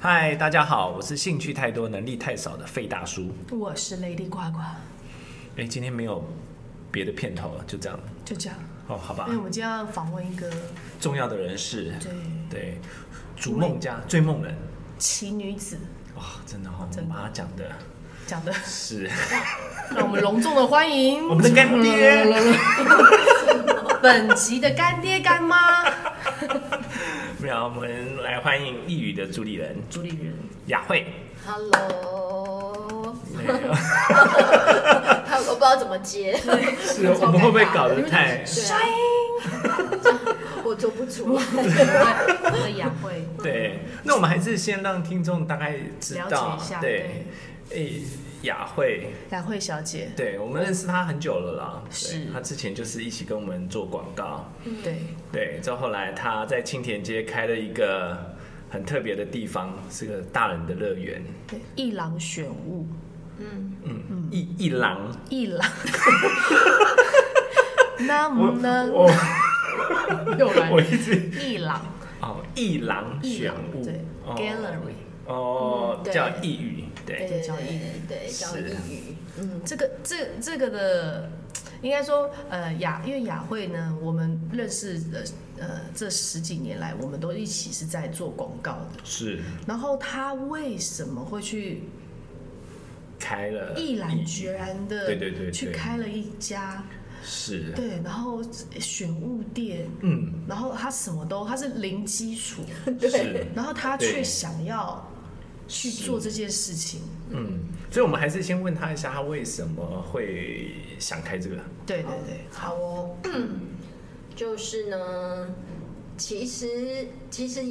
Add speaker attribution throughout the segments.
Speaker 1: 嗨，大家好，我是兴趣太多、能力太少的费大叔。
Speaker 2: 我是雷利呱呱，
Speaker 1: 哎，今天没有别的片头了，就这样。
Speaker 2: 就这样。
Speaker 1: 哦，好吧
Speaker 2: 因为。我们今天要访问一个
Speaker 1: 重要的人是，
Speaker 2: 对
Speaker 1: 对，逐梦家、追梦人。
Speaker 2: 奇女子，
Speaker 1: 哇、真的哦，我
Speaker 2: 真的
Speaker 1: 把他讲的
Speaker 2: 讲的，
Speaker 1: 是
Speaker 2: 让我们隆重的欢 迎
Speaker 1: 我们的干爹。
Speaker 2: 本集的干爹干妈
Speaker 1: 让我们来欢迎一语的主理人
Speaker 2: 主理人。
Speaker 1: 雅 慧。
Speaker 3: Hello，
Speaker 1: 没有
Speaker 3: 他我不知道怎么接，
Speaker 1: 是我们会不会搞得 太？
Speaker 3: 对啊，我做不出来。
Speaker 2: 我的雅慧，
Speaker 1: 对，那我们还是先让听众大概知
Speaker 2: 了
Speaker 1: 道啊
Speaker 2: 解一下，
Speaker 1: 对，诶，雅慧，
Speaker 2: 雅慧小姐，
Speaker 1: 对我们认识他很久了啦，对
Speaker 2: 是
Speaker 1: 他之前就是一起跟我们做广告，
Speaker 3: 嗯
Speaker 2: 对，
Speaker 1: 对，再后来他在青田街开了一个很特别的地方，是个大人的乐园，
Speaker 2: 对，一郎选物，
Speaker 1: 嗯，一一郎，
Speaker 2: 一郎。 那么呢？
Speaker 1: 我
Speaker 2: 又来
Speaker 1: 我
Speaker 2: 了
Speaker 1: 一直
Speaker 2: 一郎，
Speaker 1: 哦，一郎
Speaker 2: 一
Speaker 1: 选
Speaker 2: 郎
Speaker 1: 物，
Speaker 2: 对
Speaker 1: 哦
Speaker 2: ，gallery，
Speaker 1: 哦
Speaker 3: 嗯，对
Speaker 1: 叫异语，对，
Speaker 2: 对，叫一郎。
Speaker 3: 对，叫英语。
Speaker 2: 嗯，这个这这个的，应该说，呃，雅，因为雅慧呢，我们认识的，呃，这十几年来，我们都一起是在做广告的。
Speaker 1: 是
Speaker 2: 然后她为什么会去
Speaker 1: 开了异语，
Speaker 2: 毅然决然的，
Speaker 1: 呃对对对对
Speaker 2: 去开了一家，
Speaker 1: 是，
Speaker 2: 对，然后选物店，
Speaker 1: 嗯，
Speaker 2: 然后她什么都，她是零基 础，
Speaker 1: 是，
Speaker 2: 然后她
Speaker 1: 对
Speaker 2: 却想要去做这件事情，
Speaker 1: 嗯，所以我们还是先问他一下，他为什么会想开这个？
Speaker 2: 对对对，
Speaker 3: 好哦， 就是呢，其实其实。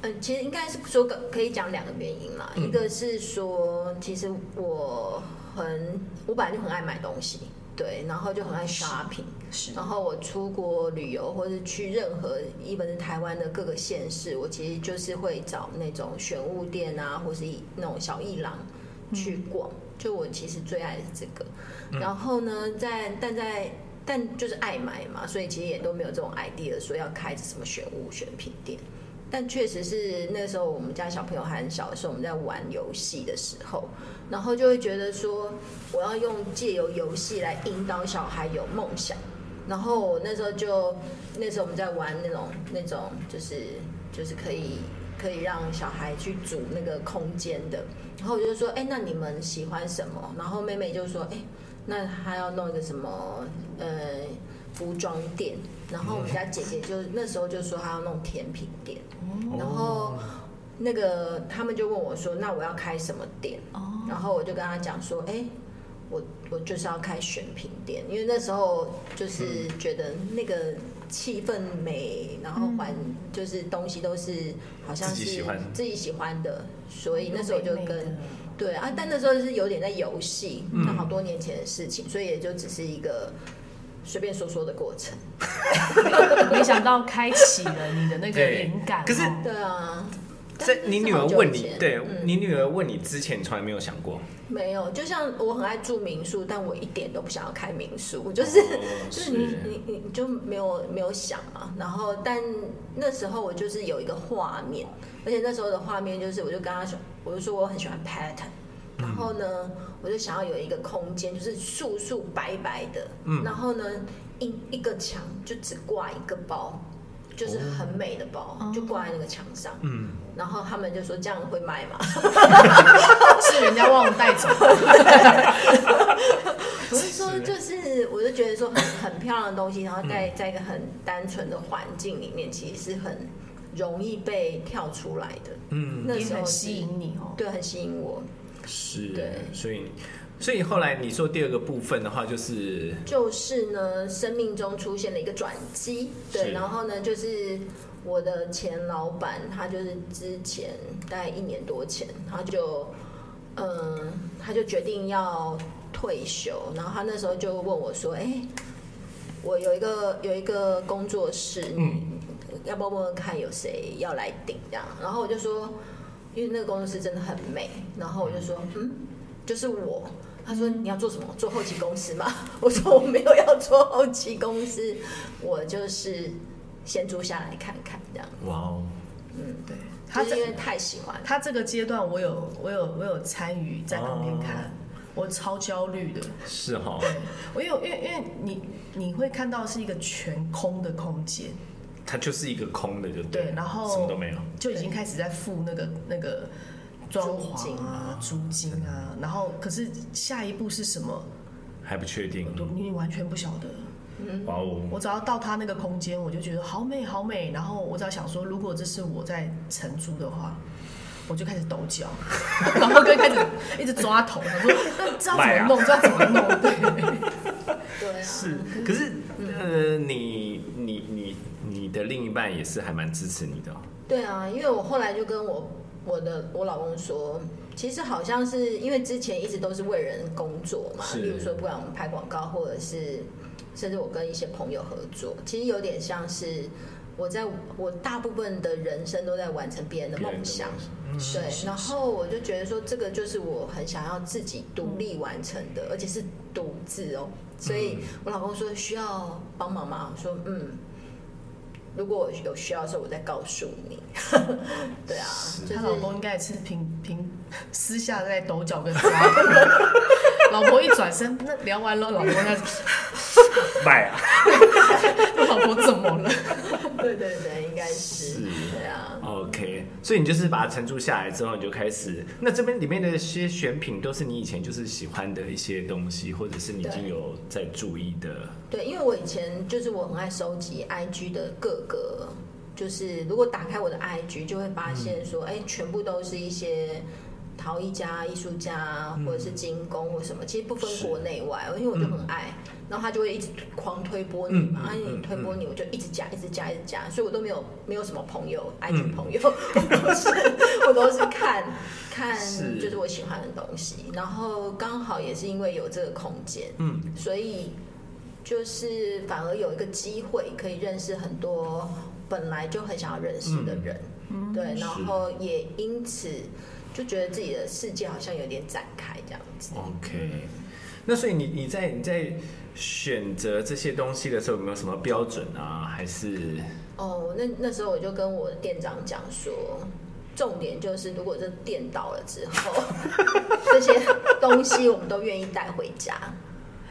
Speaker 3: 嗯，其实应该是说个可以讲两个原因啦，
Speaker 1: 嗯
Speaker 3: 一个是说，其实我很我本来就很爱买东西，对，然后就很爱 shopping，
Speaker 2: 是
Speaker 3: 然后我出国旅游或者去任何，一本是台湾的各个县市，我其实就是会找那种选物店啊，或是一那种小艺廊去逛。就我其实最爱的是这个。然后呢，在但在但就是爱买嘛，所以其实也都没有这种 idea 说要开什么选物选品店。但确实是那时候我们家小朋友还很小的时候，我们在玩游戏的时候，然后就会觉得说，我要用借由游戏来引导小孩有梦想。然后我那时候就，那时候我们在玩那种那种就是就是可以可以让小孩去组那个空间的。然后我就说，哎，那你们喜欢什么？然后妹妹就说，哎，那她要弄一个什么呃服装店。然后我们家姐姐就那时候就说她要弄甜品店。然后那个他们就问我说，那我要开什么店？
Speaker 2: 哦，
Speaker 3: 然后我就跟他讲说，哎、我我就是要开选品店，因为那时候就是
Speaker 1: 嗯
Speaker 3: 觉得那个气氛美，然后环
Speaker 2: 嗯
Speaker 3: 就是东西都是好像是
Speaker 1: 自己喜欢
Speaker 3: 自己喜欢的，所以那时候我就
Speaker 2: 美美的
Speaker 3: 跟对啊，但那时候是有点在游戏，
Speaker 1: 嗯
Speaker 3: 那好多年前的事情，所以也就只是一个随便说说的过程。
Speaker 2: 没想到开启了你的那个
Speaker 1: 对
Speaker 2: 灵感哦。
Speaker 1: 可是
Speaker 3: 对啊，但
Speaker 1: 这
Speaker 3: 是
Speaker 1: 你
Speaker 3: 是
Speaker 1: 女
Speaker 3: 好
Speaker 1: 儿
Speaker 3: 久
Speaker 1: 问
Speaker 3: 以
Speaker 1: 你，
Speaker 3: 前
Speaker 1: 对
Speaker 3: 嗯
Speaker 1: 你女儿问你之前从来没有想过，
Speaker 3: 没有，就像我很爱住民宿，但我一点都不想要开民宿，我就是、
Speaker 1: 哦
Speaker 3: 就是你
Speaker 1: 是
Speaker 3: 你你你就没有没有想嘛。然后，但那时候我就是有一个画面，而且那时候的画面就是，我就跟他说，我就说我很喜欢 pattern。然后
Speaker 1: 嗯
Speaker 3: 呢，我就想要有一个空间，就是素素白白的，
Speaker 1: 嗯
Speaker 3: 然后呢，一一个墙就只挂一个包，就是很美的包，
Speaker 2: 哦
Speaker 3: 就挂在那个墙上。
Speaker 1: 嗯，
Speaker 3: 然后他们就说这样会 卖吗？
Speaker 2: 是人家忘了带走。
Speaker 3: 不是说，就是我就觉得说很很漂亮的东西，然后
Speaker 1: 嗯
Speaker 3: 在在一个很单纯的环境里面，其实是很容易被跳出来的。
Speaker 1: 嗯
Speaker 3: 那
Speaker 2: 也
Speaker 3: 时候
Speaker 2: 很
Speaker 3: 是
Speaker 2: 吸，引你哦。
Speaker 3: 对，很吸引我。
Speaker 1: 是，
Speaker 3: 对
Speaker 1: 所以所以后来你说第二个部分的话，就是
Speaker 3: 就是呢，生命中出现了一个转机，
Speaker 1: 是
Speaker 3: 对，然后呢，就是我的前老板，他就是之前大概一年多前，他就，嗯，他就决定要退休，然后他那时候就问我说，哎、我有一个有一个工作室，
Speaker 1: 嗯
Speaker 3: 要不要问问看有谁要来顶这样？然后我就说，因为那个工作室真的很美，然后我就说，嗯，就是我。他说你要做什么？做后期公司吗？ 我说我没有要做后期公司，我就是先租下来看看这样。
Speaker 1: 哇哦，
Speaker 3: 嗯，对，
Speaker 2: 他
Speaker 3: 就是
Speaker 2: 这
Speaker 3: 因为太喜欢。
Speaker 2: 他这个阶段我有我有我有参与在旁边看，我超焦虑的。
Speaker 4: 是哈，
Speaker 2: 我有因为因为你你会看到是一个全空的空间，
Speaker 4: 它就是一个空的，就
Speaker 2: 对
Speaker 4: 了
Speaker 2: 然后
Speaker 4: 什么都没有，
Speaker 2: 就已经开始在付那个那个装潢啊、租金啊，然后可是下一步是什么，
Speaker 4: 还不确定
Speaker 2: 我。都你完全不晓得。
Speaker 3: 嗯
Speaker 4: 哇哦，
Speaker 2: 我只要到他那个空间，我就觉得好美好美，然后我只要想说，如果这是我在承租的话。我就开始抖脚， 然后就开始一直抓头，想说那知道怎么弄，知道怎么弄，对，
Speaker 3: 对啊，
Speaker 4: 是，可是
Speaker 3: 嗯
Speaker 4: 呃，你你你你的另一半也是还蛮支持你的哦、
Speaker 3: 对啊，因为我后来就跟我我的我老公说，其实好像是因为之前一直都是为人工作嘛，
Speaker 4: 是
Speaker 3: 比如说不管我们拍广告，或者是甚至我跟一些朋友合作，其实有点像是我在我大部分的人生都在完成别人的
Speaker 4: 别人
Speaker 3: 梦
Speaker 4: 的
Speaker 3: 想。
Speaker 1: 嗯
Speaker 4: 梦想，
Speaker 3: 对，然后我就觉得说，这个就是我很想要自己独立完成的，而且是独自哦。所以我老公说需要帮忙吗？我说嗯，如果我有需要的时候，我再告诉你。 对啊，就是
Speaker 2: 她老公应该也是平平私下在抖脚跟抓头， 老婆一转身，那聊完了，老婆那
Speaker 4: 卖啊，
Speaker 2: 老婆怎么了？
Speaker 3: 对对对，应该是
Speaker 4: 是
Speaker 3: 对啊。
Speaker 4: OK，所以你就是把它承租下来之后，你就开始。那这边里面的一些选品都是你以前就是喜欢的一些东西，或者是你已经
Speaker 3: 对
Speaker 4: 有在注意的。
Speaker 3: 对，因为我以前就是我很爱收集 IG 的各个，就是如果打开我的 IG，就会发
Speaker 4: 嗯
Speaker 3: 现说，哎、全部都是一些陶艺家、艺术家，或者是精工或什么，其实不分
Speaker 4: 嗯是嗯
Speaker 3: 国内外，因为我就很爱。然后他就会一直狂推波你
Speaker 4: 嗯
Speaker 3: 嘛，
Speaker 4: 嗯
Speaker 3: 啊，你
Speaker 4: 嗯
Speaker 3: 推波你，我就一直加，一直加，一直加，所以我都没有没有什么朋友
Speaker 4: 嗯
Speaker 3: ，IG 朋友， 我都是我都是看看
Speaker 4: 是
Speaker 3: 就是我喜欢的东西，然后刚好也是因为有这个空间，
Speaker 4: 嗯，
Speaker 3: 所以就是反而有一个机会可以认识很多本来就很想要认识的人，对，
Speaker 4: 嗯是
Speaker 3: 然后也因此就觉得自己的世界好像有点展开这样子。
Speaker 4: OK，那所以你你在你在选择这些东西的时候，有没有什么标准啊？还是
Speaker 3: 哦，那那时候我就跟我的店长讲说。重点就是，如果这店倒了 之后，这些东西我们都愿意带回家，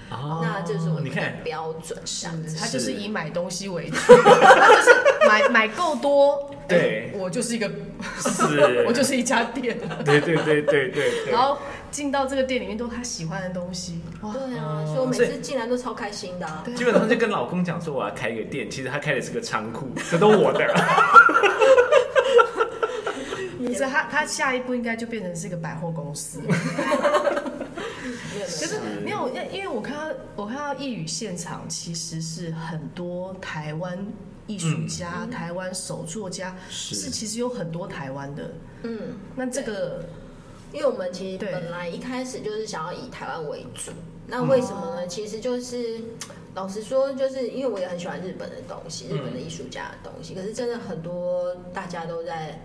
Speaker 4: 哦
Speaker 3: 那就是我
Speaker 4: 你
Speaker 3: 们的
Speaker 4: 看
Speaker 3: 标准。这样子。
Speaker 2: 他就是是以买东西为主，他就是买买够多，
Speaker 4: 对
Speaker 2: 哎我就是一个，
Speaker 4: 是
Speaker 2: 我就是一家店。
Speaker 4: 对对对对对对。
Speaker 2: 然后进到这个店里面都是他喜欢的东西，哇，
Speaker 3: 对啊，所以我每次进来都超开心的、啊。
Speaker 2: 对
Speaker 4: 基本上就跟老公讲说我要开一个店，其实他开的是个仓库，这都我的。
Speaker 2: 你知道他他下一步应该就变成是一个百货公司。
Speaker 3: 没有
Speaker 2: 可是没有，因为因为我看到我看到艺语现场其实是很多台湾艺术家、台湾手作家，
Speaker 4: 是
Speaker 2: 是其实有很多台湾的。
Speaker 3: 嗯，
Speaker 2: 那这个
Speaker 3: 因为我们其实
Speaker 2: 对嗯
Speaker 3: 本来一开始就是想要以台湾为主，那为什么呢？其实就是老实说，就是因为我也很喜欢日本的东西，
Speaker 2: 嗯
Speaker 3: 日本的艺术家的东西，可是真的很多大家都在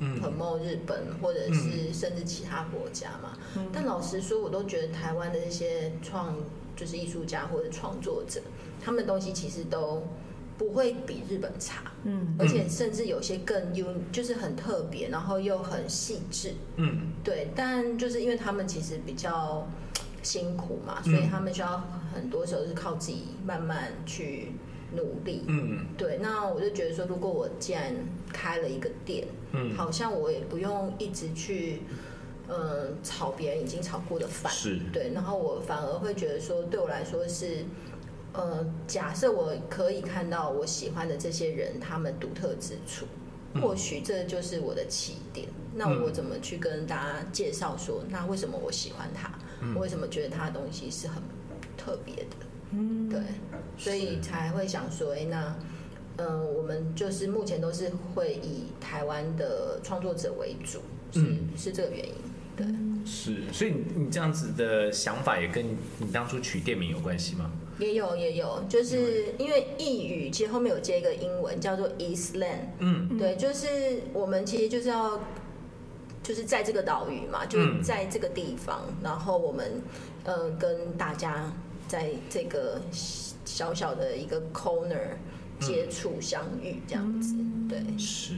Speaker 4: 嗯
Speaker 3: promote 日本，或者
Speaker 2: 嗯
Speaker 3: 是甚至其他国家嘛。但老实说，我都觉得台湾的这些创就是艺术家或者创作者，他们的东西其实都不会比日本差。
Speaker 2: 嗯，
Speaker 3: 而且甚至有些更 u 就是很特别，然后又很细致，
Speaker 4: 嗯，
Speaker 3: 对。但就是因为他们其实比较辛苦嘛，所以他们需要很多时候是靠自己慢慢去努力。
Speaker 4: 嗯
Speaker 3: 对，那我就觉得说，如果我既然开了一个店，
Speaker 4: 嗯，
Speaker 3: 好像我也不用一直去，嗯、炒别人已经炒过的饭，
Speaker 4: 是
Speaker 3: 对，然后我反而会觉得说，对我来说是，呃，假设我可以看到我喜欢的这些人他们独特之处，
Speaker 4: 嗯
Speaker 3: 或许这就是我的起点。那我怎么去跟大家介绍说，那为什么我喜欢他？
Speaker 4: 嗯
Speaker 3: 我为什么觉得他的东西是很特别的？嗯，对，所以才会想说，哎、那。嗯，我们就是目前都是会以台湾的创作者为主，是、
Speaker 4: 嗯
Speaker 3: 是这个原因。对，
Speaker 2: 嗯
Speaker 1: 嗯
Speaker 4: 是，所以你你这样子的想法也跟你当初取店名有关系吗？
Speaker 3: 也有也有，就是因为意语其实后面有接一个英文叫做 Eastland，
Speaker 4: 嗯
Speaker 3: 对，就是我们其实就是要就是在这个岛屿嘛，就
Speaker 4: 嗯
Speaker 3: 在这个地方，然后我们呃跟大家在这个小小的一个嗯 corner 接触相遇这样子，对，
Speaker 4: 是，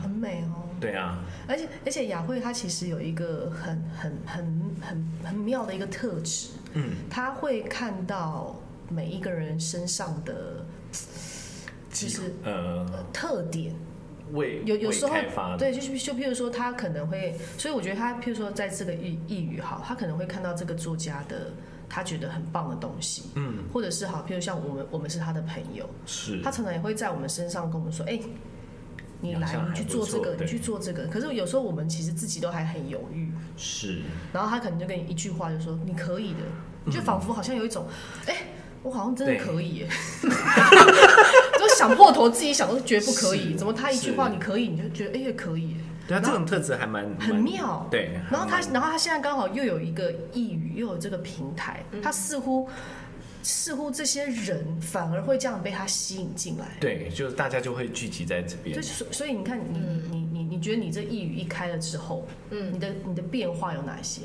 Speaker 2: 很美哦。
Speaker 1: 对啊，
Speaker 2: 而且而且雅慧她其实有一个很很很很很妙的一个特质，
Speaker 1: 嗯，
Speaker 2: 她会看到每一个人身上的
Speaker 1: 几
Speaker 2: 就是
Speaker 1: 呃
Speaker 2: 呃特点，
Speaker 1: 未
Speaker 2: 有有时候
Speaker 1: 未开发的
Speaker 2: 对，就是就譬如说她可能会，所以我觉得她譬如说在这个意意语好，她可能会看到这个作家的她觉得很棒的东西，
Speaker 1: 嗯
Speaker 2: 或者是好，譬如像我们我们是她的朋友，
Speaker 1: 是
Speaker 2: 他常常也会在我们身上跟我们说：“哎、你
Speaker 1: 好
Speaker 2: 来，
Speaker 1: 像
Speaker 2: 你去
Speaker 1: 还不
Speaker 2: 做这
Speaker 1: 错
Speaker 2: 个，你
Speaker 1: 对
Speaker 2: 去做这个。”可是有时候我们其实自己都还很犹豫，
Speaker 1: 是
Speaker 2: 然后他可能就跟你一句话就说：“你可以
Speaker 1: 嗯
Speaker 2: 的。”就仿佛好像有一种：“哎、我好像真的
Speaker 1: 对
Speaker 2: 可以耶。” 都想破头，自己想都觉得不可以，
Speaker 1: 是
Speaker 2: 怎么他一句话
Speaker 1: 是
Speaker 2: 你可以，你就觉得哎、也可以耶，
Speaker 1: 对啊，
Speaker 2: 然
Speaker 1: 这
Speaker 2: 后
Speaker 1: 种特质还蛮
Speaker 2: 很
Speaker 1: 蛮
Speaker 2: 妙。
Speaker 1: 对，
Speaker 2: 然后他
Speaker 1: 还蛮，
Speaker 2: 然后他现在刚好又有一个抑郁，又有这个平台，
Speaker 1: 嗯
Speaker 2: 他似乎似乎这些人反而会这样被他吸引进来。
Speaker 1: 对，就是大家就会聚集在这边
Speaker 2: 就，所所以你看你，
Speaker 1: 嗯
Speaker 2: 你你你你觉得你这一语一开了之后，
Speaker 3: 嗯
Speaker 2: 你的你的变化有哪些？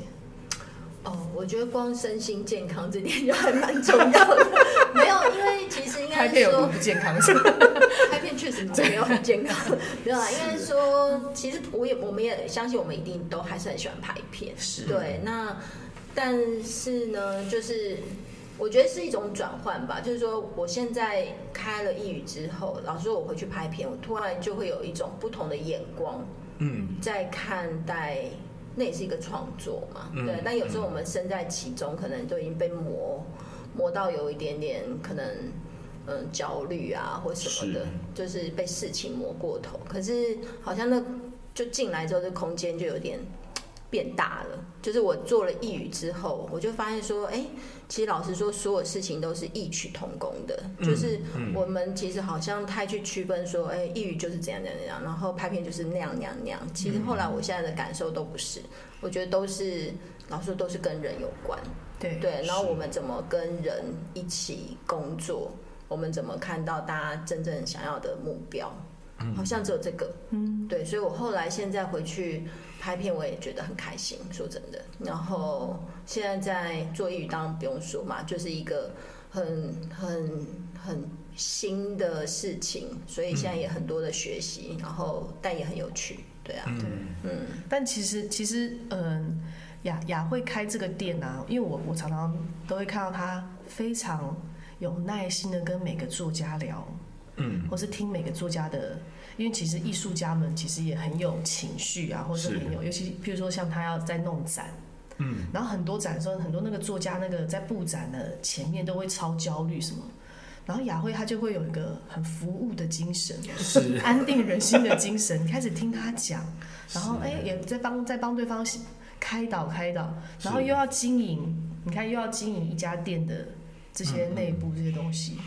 Speaker 3: 哦，我觉得光身心健康这点就还蛮重要的。没有，因为其实应该
Speaker 2: 开
Speaker 3: 是
Speaker 2: 片有多
Speaker 3: 说
Speaker 2: 不健康是吧？
Speaker 3: 拍片确实没有很健康，没有啦。应该说，其实我也我们也相信，我们一定都还是很喜欢拍片。
Speaker 2: 是
Speaker 3: 对，那但是呢，就是我觉得是一种转换吧。就是说，我现在开了一语之后，老实说，我回去拍片，我突然就会有一种不同的眼光
Speaker 1: 嗯，
Speaker 3: 在看待。那也是一个创作嘛，
Speaker 1: 嗯
Speaker 3: 对。但有时候我们身在其中，可能都已经被磨磨到有一点点可能嗯焦虑啊或什么的
Speaker 1: 是，
Speaker 3: 就是被事情磨过头。可是好像那就进来之后，这空间就有点变大了。就是我做了一语之后，我就发现说，哎、其实老实说，所有事情都是异曲同工的。
Speaker 1: 嗯
Speaker 3: 就是
Speaker 1: 嗯
Speaker 3: 我们其实好像太去区分说，哎、一语就是怎样怎样怎样，然后拍片就是那样那样那样。其实后来我现在的感受都不是，我觉得都是老实说都是跟人有关。
Speaker 2: 对
Speaker 3: 对，然后
Speaker 1: 是
Speaker 3: 我们怎么跟人一起工作？我们怎么看到大家真正想要的目标？好像只有这个，
Speaker 2: 嗯，
Speaker 3: 对，所以我后来现在回去拍片，我也觉得很开心，说真的。然后现在在做英语，当然不用说嘛，就是一个很很很新的事情，所以现在也很多的学习，然后但也很有趣，对啊，
Speaker 1: 嗯，
Speaker 3: 嗯
Speaker 2: 但其实其实嗯，雅雅慧开这个店啊，因为我我常常都会看到她非常有耐心的跟每个作家聊，
Speaker 1: 嗯，
Speaker 2: 或是听每个作家的，因为其实艺术家们其实也很有情绪啊，或是
Speaker 1: 是
Speaker 2: 很有，尤其譬如说像他要在弄展，
Speaker 1: 嗯，
Speaker 2: 然后很多展的时候，很多那个作家那个在布展的前面都会超焦虑什么，然后雅慧她就会有一个很服务的精神，
Speaker 1: 是
Speaker 2: 安定人心的精神，你开始听他讲，然后
Speaker 1: 是
Speaker 2: 哎、也在帮在帮对方开导开导，
Speaker 1: 是
Speaker 2: 然后又要经营，你看又要经营一家店的这些
Speaker 1: 嗯嗯
Speaker 2: 内部这些东西。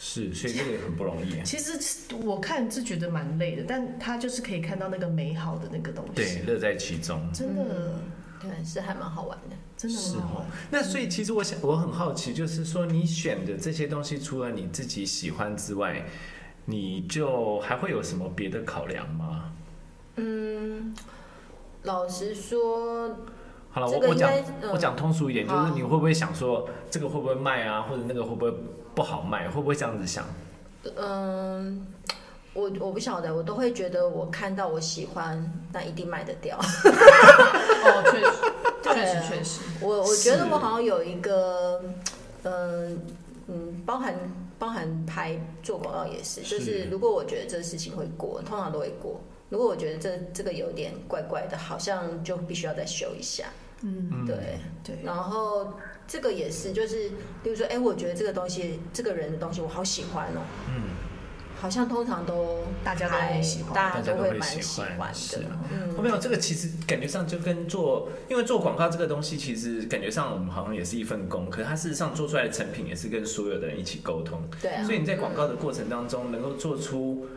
Speaker 1: 是，所以这个很不容 易，
Speaker 2: 其实我看是觉得蛮累的，但他就是可以看到那个美好的那个东西。
Speaker 1: 对，，乐在其中。
Speaker 2: 真的、
Speaker 3: 对，是还蛮好玩的。
Speaker 2: 真的很好玩。
Speaker 1: 那所以其实我想，我很好奇，就是说你选的这些东西，除了你自己喜欢之外，你就还会有什么别的考量吗？
Speaker 3: 嗯，老实说，
Speaker 1: 好了，
Speaker 3: 这
Speaker 1: 我
Speaker 3: 个
Speaker 1: 我
Speaker 3: 应
Speaker 1: 讲
Speaker 3: 该嗯
Speaker 1: 我讲通俗一点，就是
Speaker 3: 好
Speaker 1: 你会不会想说这个会不会卖啊，或者那个会不会不好卖，会不会这样子想？
Speaker 3: 嗯，我我不晓得，我都会觉得我看到我喜欢，那一定卖得掉。
Speaker 2: 哦，确实，
Speaker 3: 对
Speaker 2: 实，
Speaker 3: 我我觉得
Speaker 1: 是
Speaker 3: 我好像有一个，嗯嗯，包含包含拍做广告也是，就是
Speaker 1: 是
Speaker 3: 如果我觉得这个事情会过，通常都会过。如果我觉得这这个有点怪怪的，好像就必须要再修一下。
Speaker 2: 嗯，
Speaker 1: 嗯，
Speaker 3: 对，
Speaker 2: 对，
Speaker 3: 然后这个也是，就是比如说，哎，我觉得这个东西，这个人的东西，我好喜欢哦。
Speaker 1: 嗯，
Speaker 3: 好像通常都
Speaker 2: 大家都会
Speaker 3: 还
Speaker 2: 喜欢
Speaker 3: 大
Speaker 1: 大
Speaker 3: 家
Speaker 1: 家
Speaker 3: 都
Speaker 1: 都
Speaker 3: 会
Speaker 1: 会
Speaker 3: 蛮
Speaker 1: 喜
Speaker 3: 喜
Speaker 1: 欢
Speaker 3: 欢
Speaker 1: 是
Speaker 3: 的
Speaker 1: 啊。
Speaker 3: 嗯
Speaker 1: 我没有这个，其实感觉上就跟做，因为做广告这个东西，其实感觉上我们好像也是一份工，可是它事实上做出来的成品也是跟所有的人一起沟通，
Speaker 3: 对啊，
Speaker 1: 所以你在广告的过程当中能够做出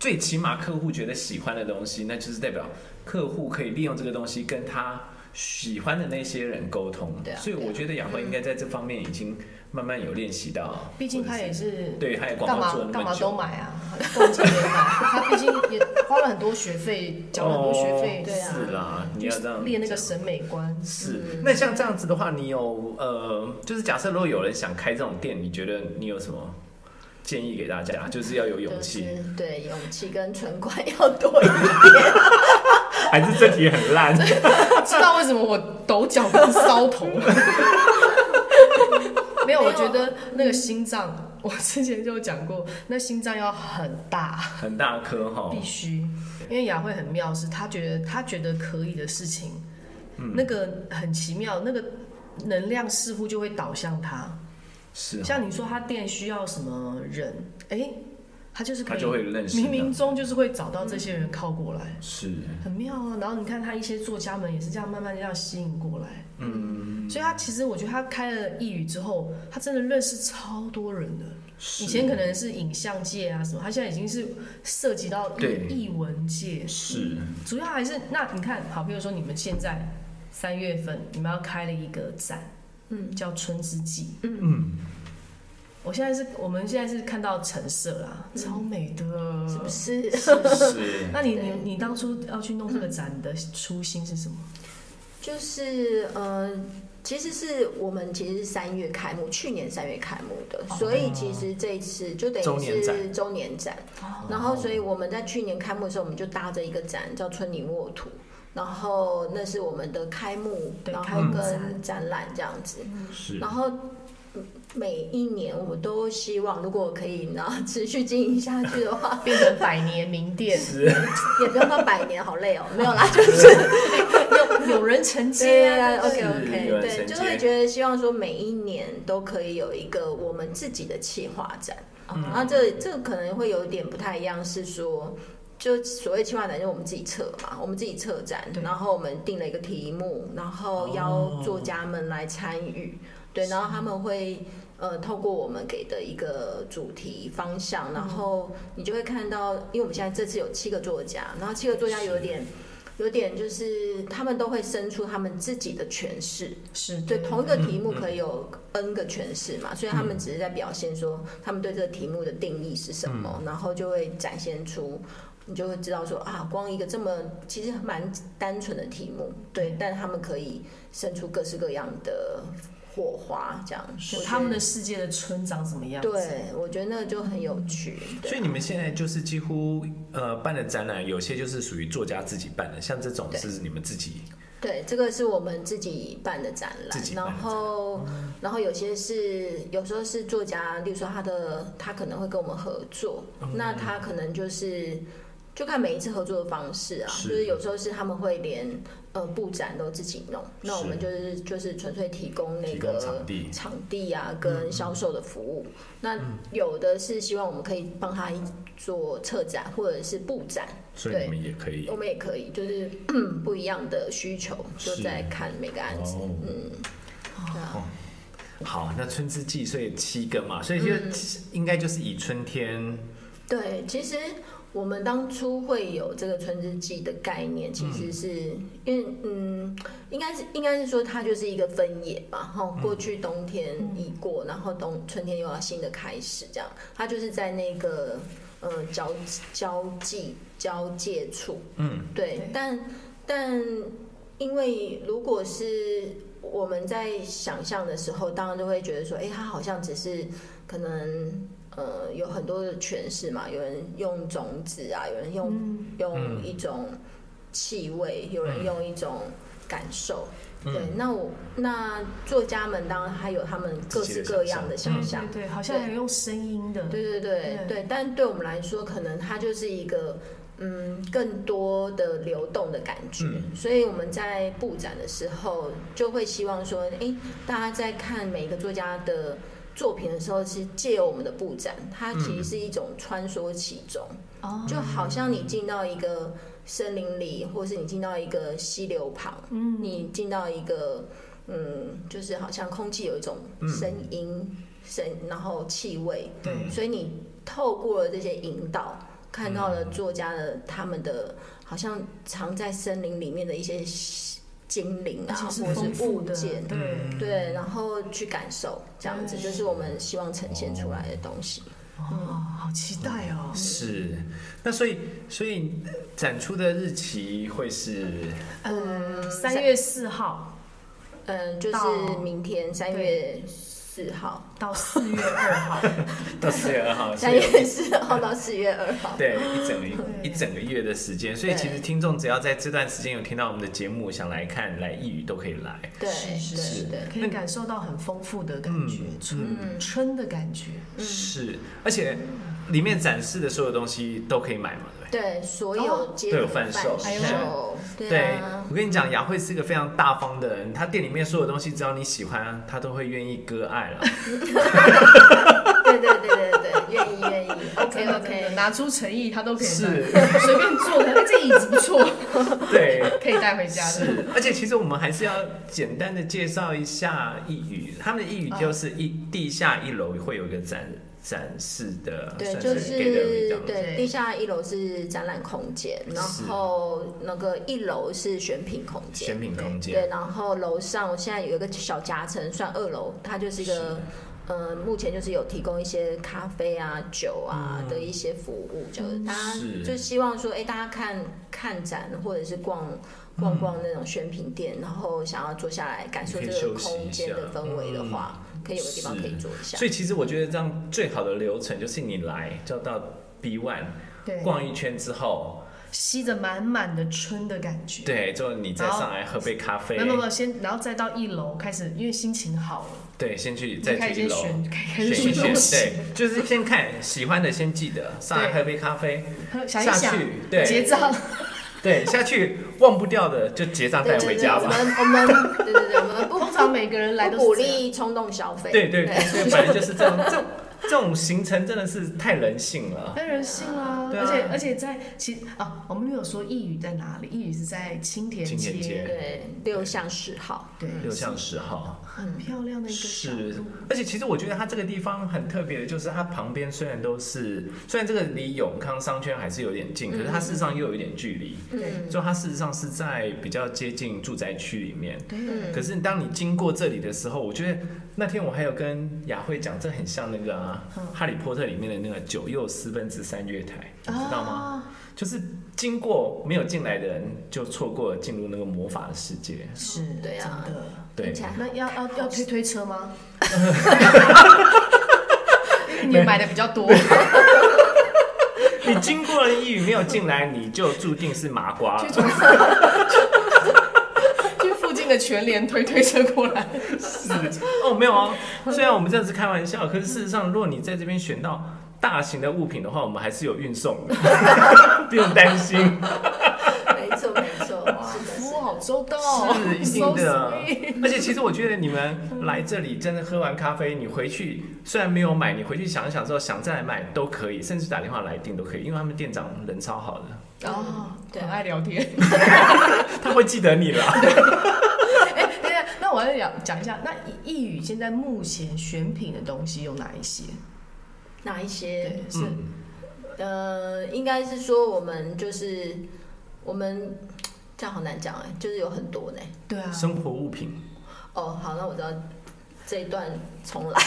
Speaker 1: 最起码客户觉得喜欢的东西，那就是代表客户可以利用这个东西跟他喜欢的那些人沟通。
Speaker 3: 对啊
Speaker 1: 所以我觉得雅慧应该在这方面已经慢慢有练习到，
Speaker 2: 啊毕竟他
Speaker 1: 或者
Speaker 2: 也
Speaker 1: 是
Speaker 2: 是
Speaker 1: 对，他也
Speaker 2: 干
Speaker 1: 广告
Speaker 2: 嘛
Speaker 1: 做了那
Speaker 2: 干
Speaker 1: 么
Speaker 2: 嘛都
Speaker 1: 久。
Speaker 2: 买啊， 逛街也买，他毕竟也花了很多学费，缴了很多学
Speaker 1: 哦
Speaker 2: 费，
Speaker 3: 对啊
Speaker 1: 是啦，你要这样
Speaker 2: 练那个嗯
Speaker 1: 讲
Speaker 2: 审美观。
Speaker 1: 是，那像这样子的话，你有呃，就是假设如果有人想开这种店，你觉得你有什么
Speaker 4: 建议给大家，就是要有勇
Speaker 3: 就是
Speaker 4: 气。
Speaker 3: 对勇气跟存款要多一点。
Speaker 4: 还是这题很 烂，
Speaker 2: 知道为什么我抖脚跟搔头？ 没有，我觉得那个心脏，我之前就讲过，那心脏要很大，
Speaker 4: 很大颗哈
Speaker 2: 必。须。因为雅慧很妙，是她觉得她觉得可以的事情，
Speaker 4: 嗯
Speaker 2: 那个很奇妙，那个能量似乎就会导向她。
Speaker 4: 是哦，
Speaker 2: 像你说她店需要什么人，哎，她就是可
Speaker 4: 他就
Speaker 2: 以
Speaker 4: 会啊认识
Speaker 2: 冥冥中就是会找到这些
Speaker 4: 嗯
Speaker 2: 人靠过来。
Speaker 4: 是，
Speaker 2: 很妙啊。然后你看他一些作家们也是这样慢慢这样吸引过来，嗯，所以他其实我觉得他开了一语之后，他真的认识超多人的。
Speaker 4: 是
Speaker 2: 以前可能是影像界啊什么，他现在已经是涉及到
Speaker 4: 对
Speaker 2: 艺艺文界，
Speaker 4: 是
Speaker 2: 主要还是那你看好，比如说你们现在三月份你们要开了一个展，
Speaker 3: 嗯，
Speaker 2: 叫春之祭，
Speaker 4: 嗯，
Speaker 2: 我现在是我们现在是看到橙色啦，
Speaker 3: 嗯
Speaker 2: 超美的，
Speaker 3: 是不是？
Speaker 4: 是
Speaker 2: 那你你
Speaker 3: 对
Speaker 2: 你当初要去弄这个展的初心是什么？
Speaker 3: 就是呃，其实是我们其实是三月开幕，去年三月开幕的，
Speaker 2: 哦
Speaker 3: 所以其实这一次就等
Speaker 4: 周
Speaker 3: 于
Speaker 4: 年
Speaker 3: 是
Speaker 4: 展
Speaker 3: 周年展。
Speaker 2: 哦
Speaker 3: 然后，所以我们在去年开幕的时候，我们就搭着一个展叫“村里沃土”，然后那是我们的开幕，
Speaker 2: 对
Speaker 3: 然
Speaker 2: 开
Speaker 3: 后
Speaker 2: 幕
Speaker 3: 跟
Speaker 2: 展，
Speaker 3: 展览这样子。
Speaker 4: 是
Speaker 3: 然后嗯每一年我都希望，如果可以呢，持续经营下去的话
Speaker 2: 变成百年名店，
Speaker 3: 也不用到百年，好累哦，没有啦，就是
Speaker 2: 有有人承接
Speaker 3: 对
Speaker 2: 啊
Speaker 3: 啊
Speaker 2: 对
Speaker 3: ，OK
Speaker 2: 对
Speaker 3: OK，
Speaker 4: 有人
Speaker 3: 对，
Speaker 4: 承
Speaker 3: 就
Speaker 4: 接
Speaker 3: 会觉得希望说每一年都可以有一个我们自己的企划展，
Speaker 2: 嗯
Speaker 3: 然后这这可能会有点不太一样，是说。就所谓企划展，就是我们自己策嘛，我们自己策展
Speaker 2: 对，
Speaker 3: 然后我们定了一个题目，然后邀
Speaker 4: 哦
Speaker 3: 作家们来参与，对，然后他们会呃透过我们给的一个主题方向，然后你就会看到，因为我们现在这次有七个作家，然后七个作家有点有点就是他们都会生出他们自己的诠释，
Speaker 2: 是
Speaker 3: 对同一个题目
Speaker 4: 嗯嗯嗯
Speaker 3: 可以有 N 个诠释嘛，所以他们只是在表现说他们对这个题目的定义是什么，
Speaker 4: 嗯
Speaker 3: 然后就会展现出。你就会知道说啊，光一个这么其实蛮单纯的题目，
Speaker 4: 嗯
Speaker 3: 对，但他们可以生出各式各样的火花，这样
Speaker 2: 是
Speaker 3: 我觉得
Speaker 2: 他们的世界的村长什么样子？
Speaker 3: 对，我觉得那个就很有趣。对
Speaker 1: 所以你们现在就是几乎呃办的展览，有些就是属于作家自己办的，像这种
Speaker 3: 对
Speaker 1: 是你们自己
Speaker 3: 对，这个是我们自己办的展
Speaker 1: 自
Speaker 3: 览，
Speaker 1: 己办的
Speaker 3: 然
Speaker 1: 展嗯览
Speaker 3: 后、然后有些是有时候是作家，例如说他的他可能会跟我们合作，
Speaker 1: 嗯
Speaker 3: 那他可能就是就看每一次合作的方式啊，
Speaker 1: 是
Speaker 3: 就是有时候是他们会连呃布展都自己弄，那我
Speaker 1: 是
Speaker 3: 们就是就是纯粹提供那
Speaker 1: 提供
Speaker 3: 个
Speaker 1: 场地嗯
Speaker 3: 场地啊跟销售的服务，那有的是希望我们可以帮他做策展或者是布展，
Speaker 1: 所以
Speaker 3: 对
Speaker 1: 你们也可以
Speaker 3: 我。们也可以，就是 不一样的需求，就是在看每个案子。
Speaker 1: 哦
Speaker 3: 嗯，对啊，
Speaker 1: 好，那春之祭，所以七个嘛，所以就、应该就是以春天
Speaker 3: 对，其实我们当初会有这个春之祭的概念，其实是、因为嗯，应该是应该是说它就是一个分野嘛，哈，过去冬天已过，然后冬春天又要新的开始，这样，它就是在那个呃交交际交界处，
Speaker 1: 嗯，
Speaker 3: 对
Speaker 2: 对，
Speaker 3: 但但因为如果是我们在想象的时候，当然就会觉得说，哎，它好像只是可能呃有很多的诠释嘛，有人用种子啊，有人用、
Speaker 2: 嗯
Speaker 3: 用一种气味，有人用一种感受。
Speaker 1: 嗯
Speaker 3: 对，那我那作家们当然还有他们各式各样的想象
Speaker 2: 对，对，好像还有用声音的，
Speaker 3: 对对对
Speaker 2: 对
Speaker 3: 对，但对我们来说，可能它就是一个嗯更多的流动的感觉，
Speaker 1: 嗯
Speaker 3: 所以我们在布展的时候，就会希望说，诶，大家在看每一个作家的。作品的时候是借由我们的布展，它其实是一种穿梭其中，
Speaker 2: 哦，
Speaker 3: 就好像你进到一个森林里，或是你进到一个溪流旁，
Speaker 2: 嗯
Speaker 3: 你进到一个嗯，就是好像空气有一种声音、声，然后气味，
Speaker 2: 对
Speaker 3: 所以你透过了这些引导，看到了作家的他们的好像藏在森林里面的一些精灵
Speaker 2: 而
Speaker 3: 啊，
Speaker 2: 且是嗯
Speaker 3: 或者
Speaker 2: 丰
Speaker 3: 是
Speaker 2: 富
Speaker 3: 物
Speaker 2: 的，
Speaker 3: 件，
Speaker 2: 对，
Speaker 1: 嗯
Speaker 3: 对，然后去感受，这样子
Speaker 2: 对
Speaker 3: 就是我们希望呈现出来的东西。
Speaker 2: 哦，好期待哦，
Speaker 1: 是，那所以所以呃展出的日期会是
Speaker 2: 呃嗯，三月四号，
Speaker 3: 嗯，就是
Speaker 2: 到
Speaker 3: 明天三月四号，
Speaker 2: 到四月二 号，
Speaker 1: 到四月二号，
Speaker 3: 三月四号到四月二号。
Speaker 1: 对，一整个一整个月的时间，所以其实
Speaker 3: 对
Speaker 1: 听众只要在这段时间有听到我们的节目，想来看来一语都可以来。
Speaker 3: 对，
Speaker 2: 是是
Speaker 3: 对
Speaker 2: 是
Speaker 3: 对。
Speaker 2: 可以感受到很丰富的感觉，
Speaker 1: 嗯
Speaker 2: 春春的感觉。
Speaker 3: 嗯
Speaker 1: 是，而且里面展示的所有东西都可以买嘛，对不对？
Speaker 3: 对，所
Speaker 2: 哦
Speaker 3: 有街
Speaker 1: 都有
Speaker 3: 头
Speaker 1: 贩
Speaker 3: 贩
Speaker 1: 售
Speaker 2: 还有
Speaker 3: 售，
Speaker 1: 对
Speaker 3: 啊，，
Speaker 1: 我跟你讲，雅慧是一个非常大方的人，她店里面所有东西，只要你喜欢，她都会愿意割爱 了。
Speaker 3: 对对对对对，愿意愿意，OK
Speaker 2: 真的
Speaker 3: OK，
Speaker 2: 拿出诚意，他都可以
Speaker 1: 是
Speaker 2: 拿随便做的，哎，这椅子不 错，
Speaker 1: 对，
Speaker 2: 可以带回家的。
Speaker 1: 是，而且其实我们还是要简单的介绍一下一语，他们的一语就是一、地下一楼会有一个展展示的，
Speaker 3: 对，
Speaker 1: 算
Speaker 3: 就是
Speaker 1: gallery 这
Speaker 3: 是
Speaker 1: 样子。
Speaker 3: 对，地下一楼是展览空间，然
Speaker 1: 是
Speaker 3: 后那个一楼是选品空
Speaker 1: 选
Speaker 3: 间。
Speaker 1: 品空
Speaker 3: 对，
Speaker 1: 间，
Speaker 3: 然后楼上我现在有一个小夹层，算二楼，它就是一个，呃，目前就是有提供一些咖啡啊、酒啊的一些服务，就是大家
Speaker 1: 是
Speaker 3: 就希望说，哎，大家看看展或者是逛逛逛那种选品店，然后想要坐下来感受
Speaker 1: 可以
Speaker 3: 这
Speaker 1: 休
Speaker 3: 个
Speaker 1: 息一
Speaker 3: 空间的
Speaker 1: 下嗯
Speaker 3: 氛围的话，可以有个地方可以
Speaker 1: 是
Speaker 3: 坐一下
Speaker 1: 所。以其实我觉得这样最好的流程就是你来就到 B One
Speaker 2: 对，
Speaker 1: 逛一圈之后，
Speaker 2: 吸着满满的春的感觉。
Speaker 1: 对，就你再上来喝杯咖啡
Speaker 2: 没有，没有没有，先然后再到一楼开始，因为心情好了，
Speaker 1: 对，先去
Speaker 2: 就
Speaker 1: 再
Speaker 2: 开
Speaker 1: 去一
Speaker 2: 始先
Speaker 1: 楼
Speaker 2: 选，开
Speaker 1: 选
Speaker 2: 始
Speaker 1: 一
Speaker 2: 选
Speaker 1: 选，
Speaker 2: 东西，
Speaker 1: 对，就是先看喜欢的先记得上来
Speaker 2: 对
Speaker 1: 喝杯咖啡，
Speaker 2: 喝想一
Speaker 1: 下
Speaker 2: 想
Speaker 1: 去，对
Speaker 2: 结账，
Speaker 1: 对，下去忘不掉的就结账带
Speaker 3: 对对
Speaker 1: 回
Speaker 3: 对，
Speaker 1: 家
Speaker 3: 我
Speaker 1: 吧。
Speaker 3: 们我们对对对，我们不
Speaker 2: 通常每个人来
Speaker 3: 不
Speaker 2: 都
Speaker 3: 鼓
Speaker 2: 是这样
Speaker 3: 励冲动消费。
Speaker 1: 对对对，所以反正就是这样，这种这种行程真的是太人性了。
Speaker 2: 很人性啊，
Speaker 1: 对啊
Speaker 2: 而且而且在其啊，我们没有说一语在哪里，一语是在青田
Speaker 1: 青田街
Speaker 2: 街，
Speaker 3: 对，六项嗜好。
Speaker 2: 对，
Speaker 1: 六项十号
Speaker 3: 嗯
Speaker 2: 很漂亮的一个小
Speaker 1: 是
Speaker 2: 路，，
Speaker 1: 而且其实我觉得它这个地方很特别的，就是它旁边虽然都是，虽然这个离永康商圈还是有点近，可是它事实上又有一点距离，
Speaker 2: 嗯
Speaker 3: 嗯
Speaker 2: 对
Speaker 1: 就它事实上是在比较接近住宅区里面。
Speaker 3: 嗯
Speaker 2: 对，
Speaker 1: 可是当你经过这里的时候，我觉得那天我还有跟雅慧讲，这很像那个啊，
Speaker 2: 嗯
Speaker 1: 哈利波特》里面的那个九又四分之三月台，你知道吗？
Speaker 2: 啊？
Speaker 1: 就是经过没有进来的人，就错过了进入那个魔法的世界。
Speaker 2: 是，
Speaker 3: 对啊
Speaker 2: 真的。
Speaker 1: 对
Speaker 3: 听，起来
Speaker 2: 那要要要推推车吗？ 因为你买的比较多，
Speaker 1: 你经过了一语没有进来，你就注定是麻 瓜
Speaker 2: 去从去附近的全联推推车过来，
Speaker 1: 哦，没有啊，虽然我们这样子开玩笑，可是事实上，如果你在这边选到大型的物品的话，我们还是有运送的，不用担心。
Speaker 3: 没错没错，是的，是
Speaker 2: 服务
Speaker 3: 的
Speaker 2: 好周到哦，
Speaker 1: 是一
Speaker 2: so
Speaker 1: 定的
Speaker 2: sweet。
Speaker 1: 而且其实我觉得你们来这里真的喝完咖啡，你回去虽然没有买，你回去想一想之后想再来买都可以，甚至打电话来订都可以，因为他们店长人超好 的，
Speaker 2: 哦，
Speaker 3: 对
Speaker 2: 很爱聊 天。
Speaker 1: 他会记得你啦。
Speaker 2: 哎，等一下，那我要讲讲一下，那一语现在目前选品的东西有哪一些？
Speaker 3: 哪一些
Speaker 2: 对？，是
Speaker 3: 呃，应该是说我们就是我们这样好难讲哎，就是有很多呢。
Speaker 2: 对啊，
Speaker 1: 生活物品
Speaker 3: 哦，好，那我知道这一段重来。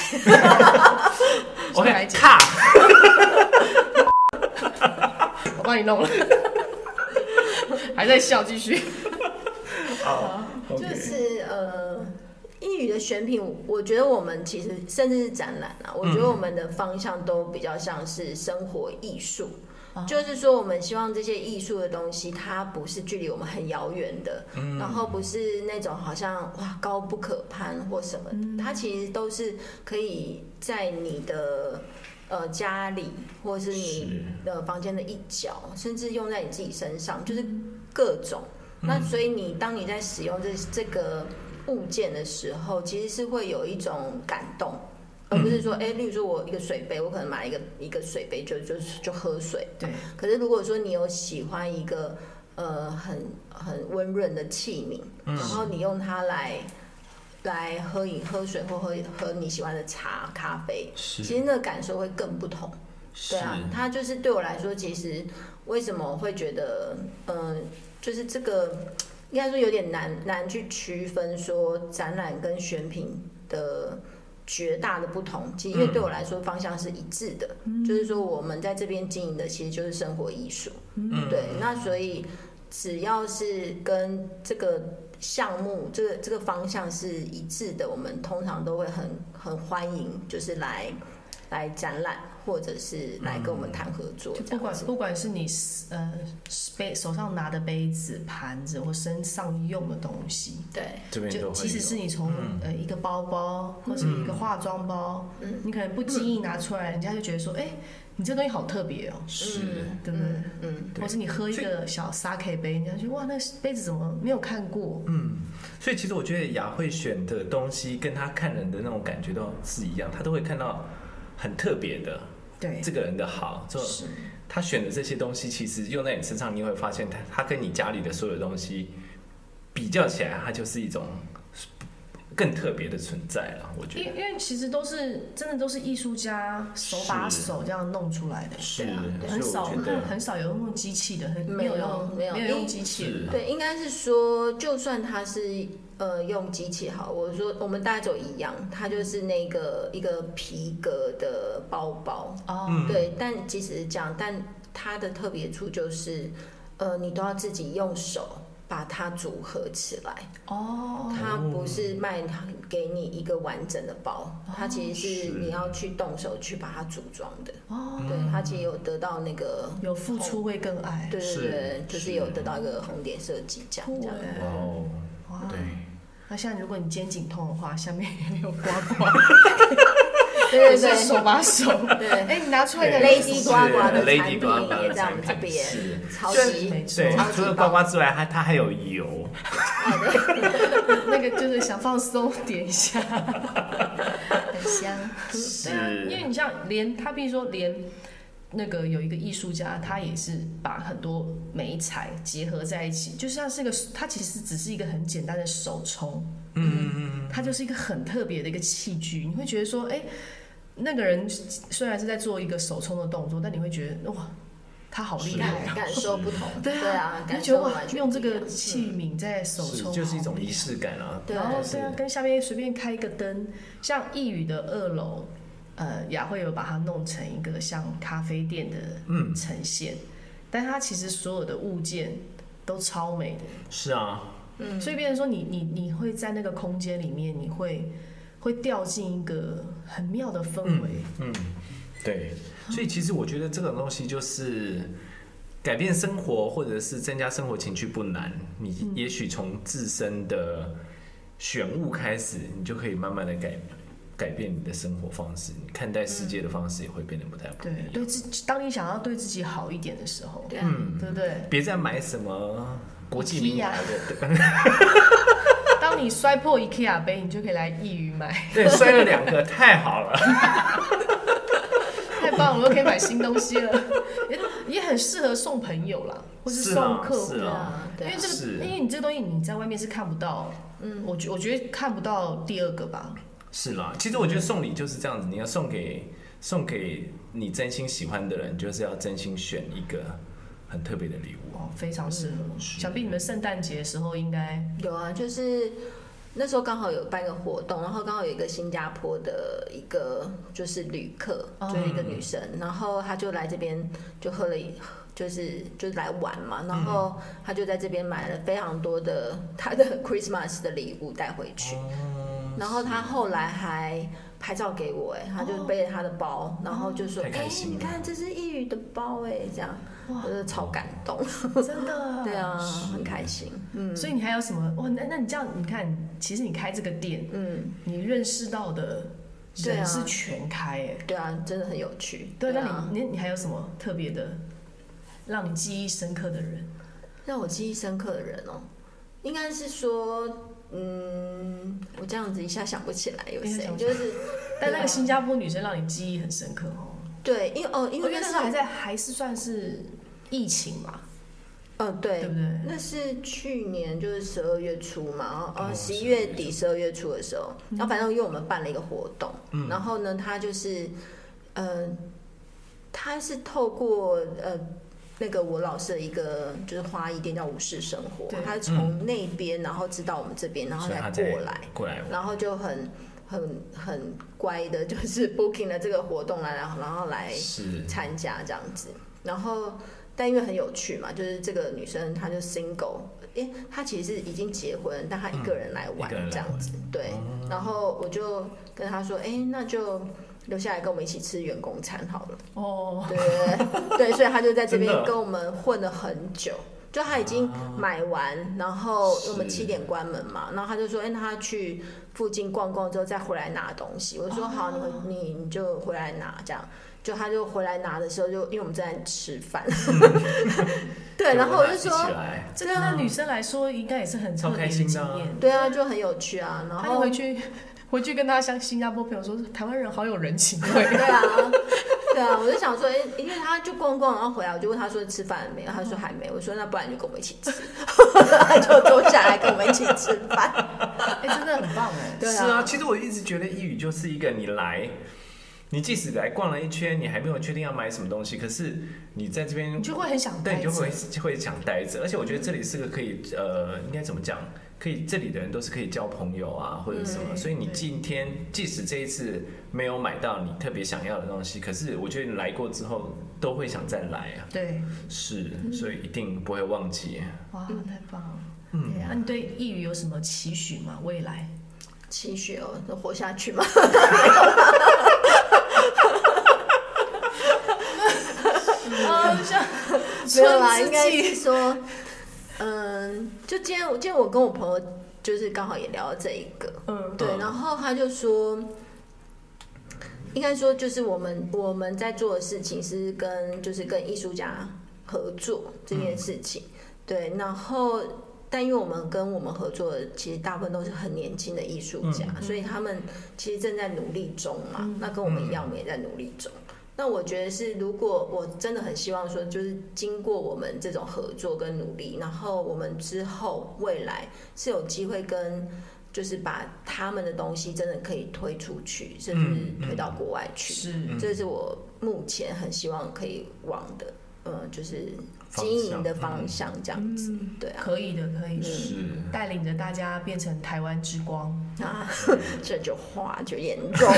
Speaker 1: ，OK，
Speaker 2: 姐
Speaker 1: 卡，
Speaker 2: 我帮你弄了， 还在笑，继续。
Speaker 1: 好，OK，
Speaker 3: 就是呃，英语的选品，我觉得我们其实甚至是展览啊，我觉得我们的方向都比较像是生活艺术。就是说，我们希望这些艺术的东西，它不是距离我们很遥远的，然后不是那种好像哇高不可攀或什么的，它其实都是可以在你的呃家里，或是你的房间的一角，甚至用在你自己身上，就是各种。那所以你当你在使用这这个物件的时候，其实是会有一种感动，而不是说，哎、例如说我一个水杯，我可能买一个一个水杯就就就喝水。
Speaker 2: 对，
Speaker 3: 可是如果说你有喜欢一个呃很很温润的器皿，
Speaker 1: 嗯
Speaker 3: 然后你用它来来喝饮喝水或喝喝你喜欢的茶咖啡，
Speaker 1: 是
Speaker 3: 其实那个感受会更不同。对啊，它就是对我来说，其实为什么我会觉得，嗯、就是这个应该说有点难难去区分说展览跟选品的绝大的不同。其实因为对我来说方向是一致的，就是说我们在这边经营的其实就
Speaker 1: 嗯
Speaker 3: 是
Speaker 2: 嗯
Speaker 3: 生活艺术，对，那所以只要是跟这个项目，这个这个方向是一致的，我们通常都会很很欢迎，就是来来展览，或者是来跟我们谈合
Speaker 2: 嗯
Speaker 3: 作
Speaker 2: 就
Speaker 3: 这
Speaker 2: 不
Speaker 3: 样
Speaker 2: 管
Speaker 3: 子。
Speaker 2: 不管是你呃杯手上拿的杯子、盘子或身上用的东西，
Speaker 3: 对，
Speaker 1: 这边都
Speaker 2: 就
Speaker 1: 会
Speaker 2: 即使是
Speaker 1: 有。嗯
Speaker 2: 你从、呃一个包包或是一个化妆包，
Speaker 3: 嗯
Speaker 2: 你可能不经意拿出来，人家就觉得说，哎、你这东西好特别哦，
Speaker 1: 是，
Speaker 2: 对不对？
Speaker 3: 嗯嗯，
Speaker 2: 或是你喝一个小 sake 杯，人家就哇，那杯子怎么没有看过？
Speaker 1: 嗯所以其实我觉得雅慧选的东西跟她看人的那种感觉都是一样，她都会看到很特别的
Speaker 2: 对，
Speaker 1: 这个人的好，就是他选的这些东西，其实用在你身上，你会发现他他跟你家里的所有东西比较起来，它就是一种更特别的存在了。我觉
Speaker 2: 因
Speaker 1: 得
Speaker 2: 因为其实都是真的都是艺术家手把
Speaker 1: 是
Speaker 2: 手这样弄出来的，
Speaker 1: 是
Speaker 3: 对啊，对
Speaker 1: 所以
Speaker 2: 很少
Speaker 1: 我觉得
Speaker 2: 很少有用机器的，很
Speaker 3: 没有
Speaker 2: 用
Speaker 3: 没有
Speaker 2: 没有用
Speaker 3: 因
Speaker 2: 机器
Speaker 1: 是
Speaker 2: 的，
Speaker 3: 对，应该是说，就算它是呃用机器好，我说我们大家走一样，它就是那个一个皮革的包包，
Speaker 2: 哦，
Speaker 1: 嗯
Speaker 3: 对，但即使是这样，但它的特别处就是，呃，你都要自己用手把它组合起来。
Speaker 2: 哦，
Speaker 3: 它不是卖给你一个完整的包，它其实是你要去动手去把它组装的。
Speaker 2: 哦，
Speaker 3: 对，它其实有得到那个，
Speaker 2: 有付出会更爱，
Speaker 3: 对对
Speaker 1: 是
Speaker 3: 对，就是
Speaker 1: 是
Speaker 3: 有得到一个红点设计奖这样。
Speaker 1: 哇哦，
Speaker 2: 哇，
Speaker 1: 对，
Speaker 2: 那像如果你肩颈痛的话，下面也有刮 刮，
Speaker 3: 对对
Speaker 2: 是
Speaker 3: 对
Speaker 2: 手把手，
Speaker 3: 对
Speaker 2: 哎，你拿出来的
Speaker 3: 对，Lady
Speaker 1: 是
Speaker 3: 刮刮的产
Speaker 1: Lady
Speaker 3: 品
Speaker 1: 刮刮
Speaker 3: 也
Speaker 1: 的
Speaker 3: 在
Speaker 1: 产
Speaker 3: 我们
Speaker 1: 品
Speaker 3: 这边
Speaker 1: 是
Speaker 3: 抄
Speaker 2: 对
Speaker 3: 袭，
Speaker 2: 没错
Speaker 1: 对
Speaker 3: 超，级
Speaker 1: 除了
Speaker 3: 棒
Speaker 1: 刮刮之外，它它还有油，
Speaker 3: 哎对
Speaker 2: 那个就是想放松点一下，很香。对啊，因为你像连他，比如说连那个有一个艺术家，他也是把很多美材结合在一起，就像是一个，他其实只是一个很简单的手冲，嗯，它就是一个很特别的一个器具，你会觉得说，哎、那个人虽然是在做一个手冲的动作，但你会觉得哇，他好厉害
Speaker 3: 感
Speaker 2: 啊！
Speaker 3: 感受不同，对啊，
Speaker 2: 你就
Speaker 3: 感
Speaker 2: 觉得
Speaker 3: 受
Speaker 2: 哇
Speaker 3: 完，全
Speaker 2: 用
Speaker 3: 不
Speaker 2: 这
Speaker 3: 一
Speaker 2: 个
Speaker 3: 样嗯
Speaker 2: 器皿在手
Speaker 1: 是
Speaker 2: 冲，
Speaker 1: 就是一种仪式感啊。
Speaker 3: 对
Speaker 2: 然后
Speaker 1: 是
Speaker 2: 对啊，跟下面随便开一个灯，像一语的二楼，呃，雅慧有把它弄成一个像咖啡店的
Speaker 1: 嗯
Speaker 2: 呈现，但它其实所有的物件都超美的，
Speaker 1: 是啊，
Speaker 2: 所以变成说你你你会在那个空间里面，你会会掉进一个很妙的氛围，
Speaker 1: 嗯对，所以其实我觉得这种东西就是改变生活，或者是增加生活情趣不难。你也许从自身的选物开始，你就可以慢慢的改改变你的生活方式，你看待世界的方式也会变得不太不一
Speaker 2: 对
Speaker 1: 样。
Speaker 2: 对自己，当你想要对自己好一点的时候，
Speaker 3: 对啊，
Speaker 2: 对不对？
Speaker 1: 别再买什么国际名牌的，对
Speaker 2: 当你摔破 IKEA 杯，你就可以来一语买。
Speaker 1: 对， 摔了两个，太好了。
Speaker 2: 太棒了，我又可以买新东西了，也也很适合送朋友啦，或
Speaker 1: 是
Speaker 2: 送
Speaker 1: 啊
Speaker 2: 客户
Speaker 1: 是
Speaker 3: 对
Speaker 1: 啊
Speaker 3: 啊，
Speaker 2: 因
Speaker 3: 对
Speaker 2: 为
Speaker 3: 啊
Speaker 2: 这
Speaker 1: 是
Speaker 2: 个，因为你这个东西你在外面是看不到，嗯，我觉我觉得看不到第二个吧，
Speaker 1: 是啦，其实我觉得送礼就是这样子，你要送给送给你真心喜欢的人，就是要真心选一个很特别的礼物。
Speaker 2: 哦，非常适合。
Speaker 1: 是
Speaker 2: 想必你们圣诞节的时候应 该
Speaker 3: 有啊，就是那时候刚好有办个活动，然后刚好有一个新加坡的一个就是旅客，
Speaker 2: 哦
Speaker 3: 就是一个女生，然后她就来这边就喝了一。就是就是来玩嘛，
Speaker 2: 嗯
Speaker 3: 然后她就在这边买了非常多的她的 Christmas 的礼物带回去，然后她后来还拍照给我、哎，她
Speaker 2: 哦
Speaker 3: 就背着她的包，然后就说，
Speaker 1: 太
Speaker 3: 哎、
Speaker 1: 开心了
Speaker 3: 你看这是一语的包、哎，这样，我就超感动，
Speaker 2: 真的
Speaker 3: 对啊，很开心，嗯
Speaker 2: 所以你还有什么？哇，那那你这样，你看，其实你开这个店，
Speaker 3: 嗯。
Speaker 2: 你认识到的
Speaker 3: 对啊
Speaker 2: 人是全开哎、
Speaker 3: 对啊，真的很有趣。
Speaker 2: 对，那
Speaker 3: 啊，
Speaker 2: 你你你还有什么特别的，让你记忆深刻的人？
Speaker 3: 让我记忆深刻的人哦，应该是说，嗯，我这样子一下想不起来有
Speaker 2: 一下
Speaker 3: 谁
Speaker 2: 想，不起来
Speaker 3: 就是
Speaker 2: 但那个新加坡女生让你记忆很深刻哦。
Speaker 3: 对，因为哦，因
Speaker 2: 我
Speaker 3: 为
Speaker 2: 觉得那
Speaker 3: 那时
Speaker 2: 时候
Speaker 3: 候
Speaker 2: 还，在还是算是疫情嘛，
Speaker 3: 哦，对
Speaker 2: 对不对？
Speaker 3: 那是去年就是十二月初嘛，哦，十一月底十二月初嗯的时候，然后反正因为我们办了一个活动，然后呢，他就是，呃，他是透过呃那个我老师的一个就是花艺店叫武士生活
Speaker 2: 对，
Speaker 3: 他从那边然后知道我们这边，然后
Speaker 1: 所以他
Speaker 3: 再
Speaker 1: 才
Speaker 3: 过来，
Speaker 1: 过来玩，
Speaker 3: 然后就很很很乖的，就是 booking 了这个活动来，啊然后然后来
Speaker 1: 是
Speaker 3: 参加这样子。然后，但因为很有趣嘛，就是这个女生她就 single，诶，他其实是已经结婚，但他一个人来玩
Speaker 1: 嗯一个人来哦
Speaker 3: 这样子，对。然后我就跟他说，诶，那就留下来跟我们一起吃员工餐好了。
Speaker 2: 哦，
Speaker 3: 对对对，对所以他就在这边
Speaker 1: 真的啊
Speaker 3: 跟我们混了很久。就他已经买完，然后
Speaker 1: 是
Speaker 3: 我们七点关门嘛，然后他就说：“哎、那他去附近逛逛之后再回来拿东西。”我就说：“好，你
Speaker 1: 啊
Speaker 3: 回你你就回来拿这样。”就他就回来拿的时候就，因为我们正在吃饭，
Speaker 1: 嗯
Speaker 3: 对，然后我就
Speaker 1: 起啊
Speaker 3: 说
Speaker 1: 来，
Speaker 2: 这对那女生来说应该也是很特别的经
Speaker 1: 超开心的
Speaker 2: 验。
Speaker 3: 对啊，就很有趣啊。然
Speaker 2: 她就
Speaker 3: 后
Speaker 2: 回去 回去跟她像新加坡朋友说，台湾人好有人情 味。
Speaker 3: 对啊，对啊，我就想说，哎、因为他就逛逛，然后回来，我就问他说吃饭了没有，他说还没，我说那不然你就跟我们一起吃， 他就坐下来跟我们一起吃饭。
Speaker 2: 哎、真的很棒哎。
Speaker 3: 对啊
Speaker 1: 是啊，其实我一直觉得一语就是一个你来，你即使来逛了一圈，你还没有确定要买什么东西，可是你在这边
Speaker 2: 你就会很想
Speaker 1: 对，
Speaker 2: 待
Speaker 1: 你就
Speaker 2: 着
Speaker 1: 会会想待着，而且我觉得这里是个可以呃，应该怎么讲？可以，这里的人都是可以交朋友啊，或者什么，
Speaker 2: 嗯
Speaker 1: 所以你
Speaker 2: 对
Speaker 1: 今天即使这一次没有买到你特别想要的东西，可是我觉得你来过之后都会想再来啊，
Speaker 2: 对，
Speaker 1: 是，所以一定不会忘记。
Speaker 2: 哇，太棒了。
Speaker 1: 嗯
Speaker 2: 对啊，你对抑语有什么期许吗？未来？
Speaker 3: 期许哦，能活下去吗？
Speaker 2: 啊，像
Speaker 3: 没有啦，应该
Speaker 2: 春之
Speaker 3: 是
Speaker 2: 际
Speaker 3: 说， 嗯，就今天我今天我跟我朋友就是刚好也聊到这一个，
Speaker 2: 嗯，
Speaker 3: 对，
Speaker 1: 嗯
Speaker 3: 然后他就说，应该说就是我们我们在做的事情是跟就是跟艺术家合作这件事情，对，然后但因为我们跟我们合作的其实大部分都是很年轻的艺术家，所以他们其实正在努力中嘛，那跟我们一样，我们也在努力中。那我觉得是，如果我真的很希望说，就是经过我们这种合作跟努力，然后我们之后未来是有机会跟，就是把他们的东西真的可以推出去，甚
Speaker 1: 嗯
Speaker 3: 至
Speaker 1: 嗯
Speaker 3: 推到国外去。
Speaker 2: 是
Speaker 3: 这是我目前很希望可以往的，嗯，就是
Speaker 1: 方
Speaker 3: 经营的
Speaker 1: 向
Speaker 3: 方向这样子。
Speaker 2: 嗯
Speaker 3: 对啊，
Speaker 2: 可以的，可以的，
Speaker 1: 是，
Speaker 2: 带领着大家变成台湾之光。
Speaker 1: 嗯
Speaker 3: 啊， 这就话就严 重了。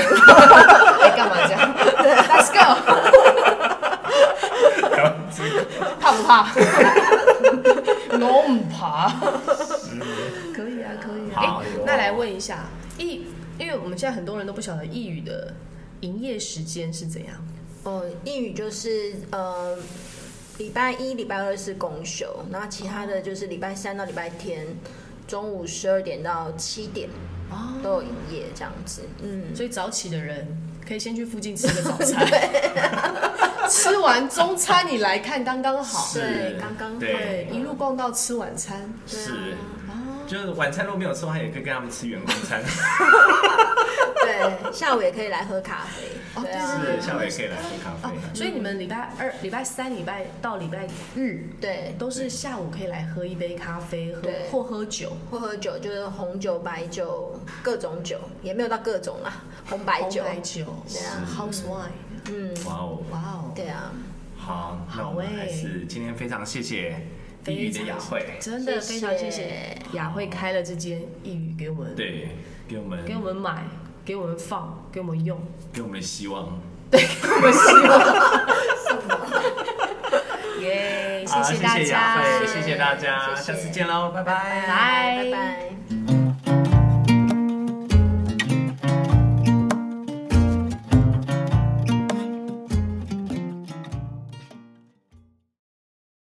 Speaker 2: 哎，干嘛这样 ？Let's go，怕不怕？ 我唔怕。 可以啊，可以啊。
Speaker 1: 好
Speaker 2: 哎
Speaker 1: 哟
Speaker 2: 那来问一下，一，因为我们现在很多人都不晓得一语的营业时间是怎样。
Speaker 3: 哦，英语就是呃，礼拜一、礼拜二是公休，然后其他的就是礼拜三到礼拜天中午十二点到七点
Speaker 2: 哦，
Speaker 3: 都有营业这样子。嗯，
Speaker 2: 所以早起的人可以先去附近吃个早餐， 吃完中餐你来看刚刚好。
Speaker 1: 是
Speaker 3: 对，刚刚好。
Speaker 1: 对
Speaker 2: 对，一路逛到吃晚餐。
Speaker 1: 是，就是晚餐如果没有吃的话，也可以跟他们吃员工餐，
Speaker 3: 对，下午也可以来喝咖啡。
Speaker 2: 哦
Speaker 3: 对
Speaker 2: 对
Speaker 3: 啊
Speaker 1: 是，，下午也可以来喝咖
Speaker 2: 哦
Speaker 1: 啡。，啊
Speaker 2: 所以你们礼拜二、礼拜三、礼拜到礼拜日
Speaker 3: 嗯对，
Speaker 2: 都是下午可以来喝一杯咖啡，喝
Speaker 3: 对
Speaker 2: 或喝酒，
Speaker 3: 或喝酒就是红酒、白酒，各种酒，也没有到各种啦，红白酒。
Speaker 2: 红白酒，
Speaker 3: 对啊
Speaker 2: ，house wine，
Speaker 3: 嗯，
Speaker 1: 哇哦，
Speaker 2: 哇哦，
Speaker 3: 对啊，
Speaker 1: 好，那我们
Speaker 2: 好欸
Speaker 1: 还是今天非常谢谢地狱的雅慧，
Speaker 2: 真的非常谢谢
Speaker 3: 谢谢
Speaker 2: 雅慧开了这间一语给我们，
Speaker 1: 对，给我们
Speaker 2: 给我们买，给我们放，给我们用，
Speaker 1: 给我们希望。
Speaker 2: 我们希望，耶，
Speaker 1: 好
Speaker 2: 谢
Speaker 1: 谢
Speaker 2: 大
Speaker 1: 雅
Speaker 2: 家，
Speaker 1: 啊慧，谢谢大家，
Speaker 3: 谢谢
Speaker 1: 下次见喽，拜拜
Speaker 2: 拜
Speaker 3: 拜拜。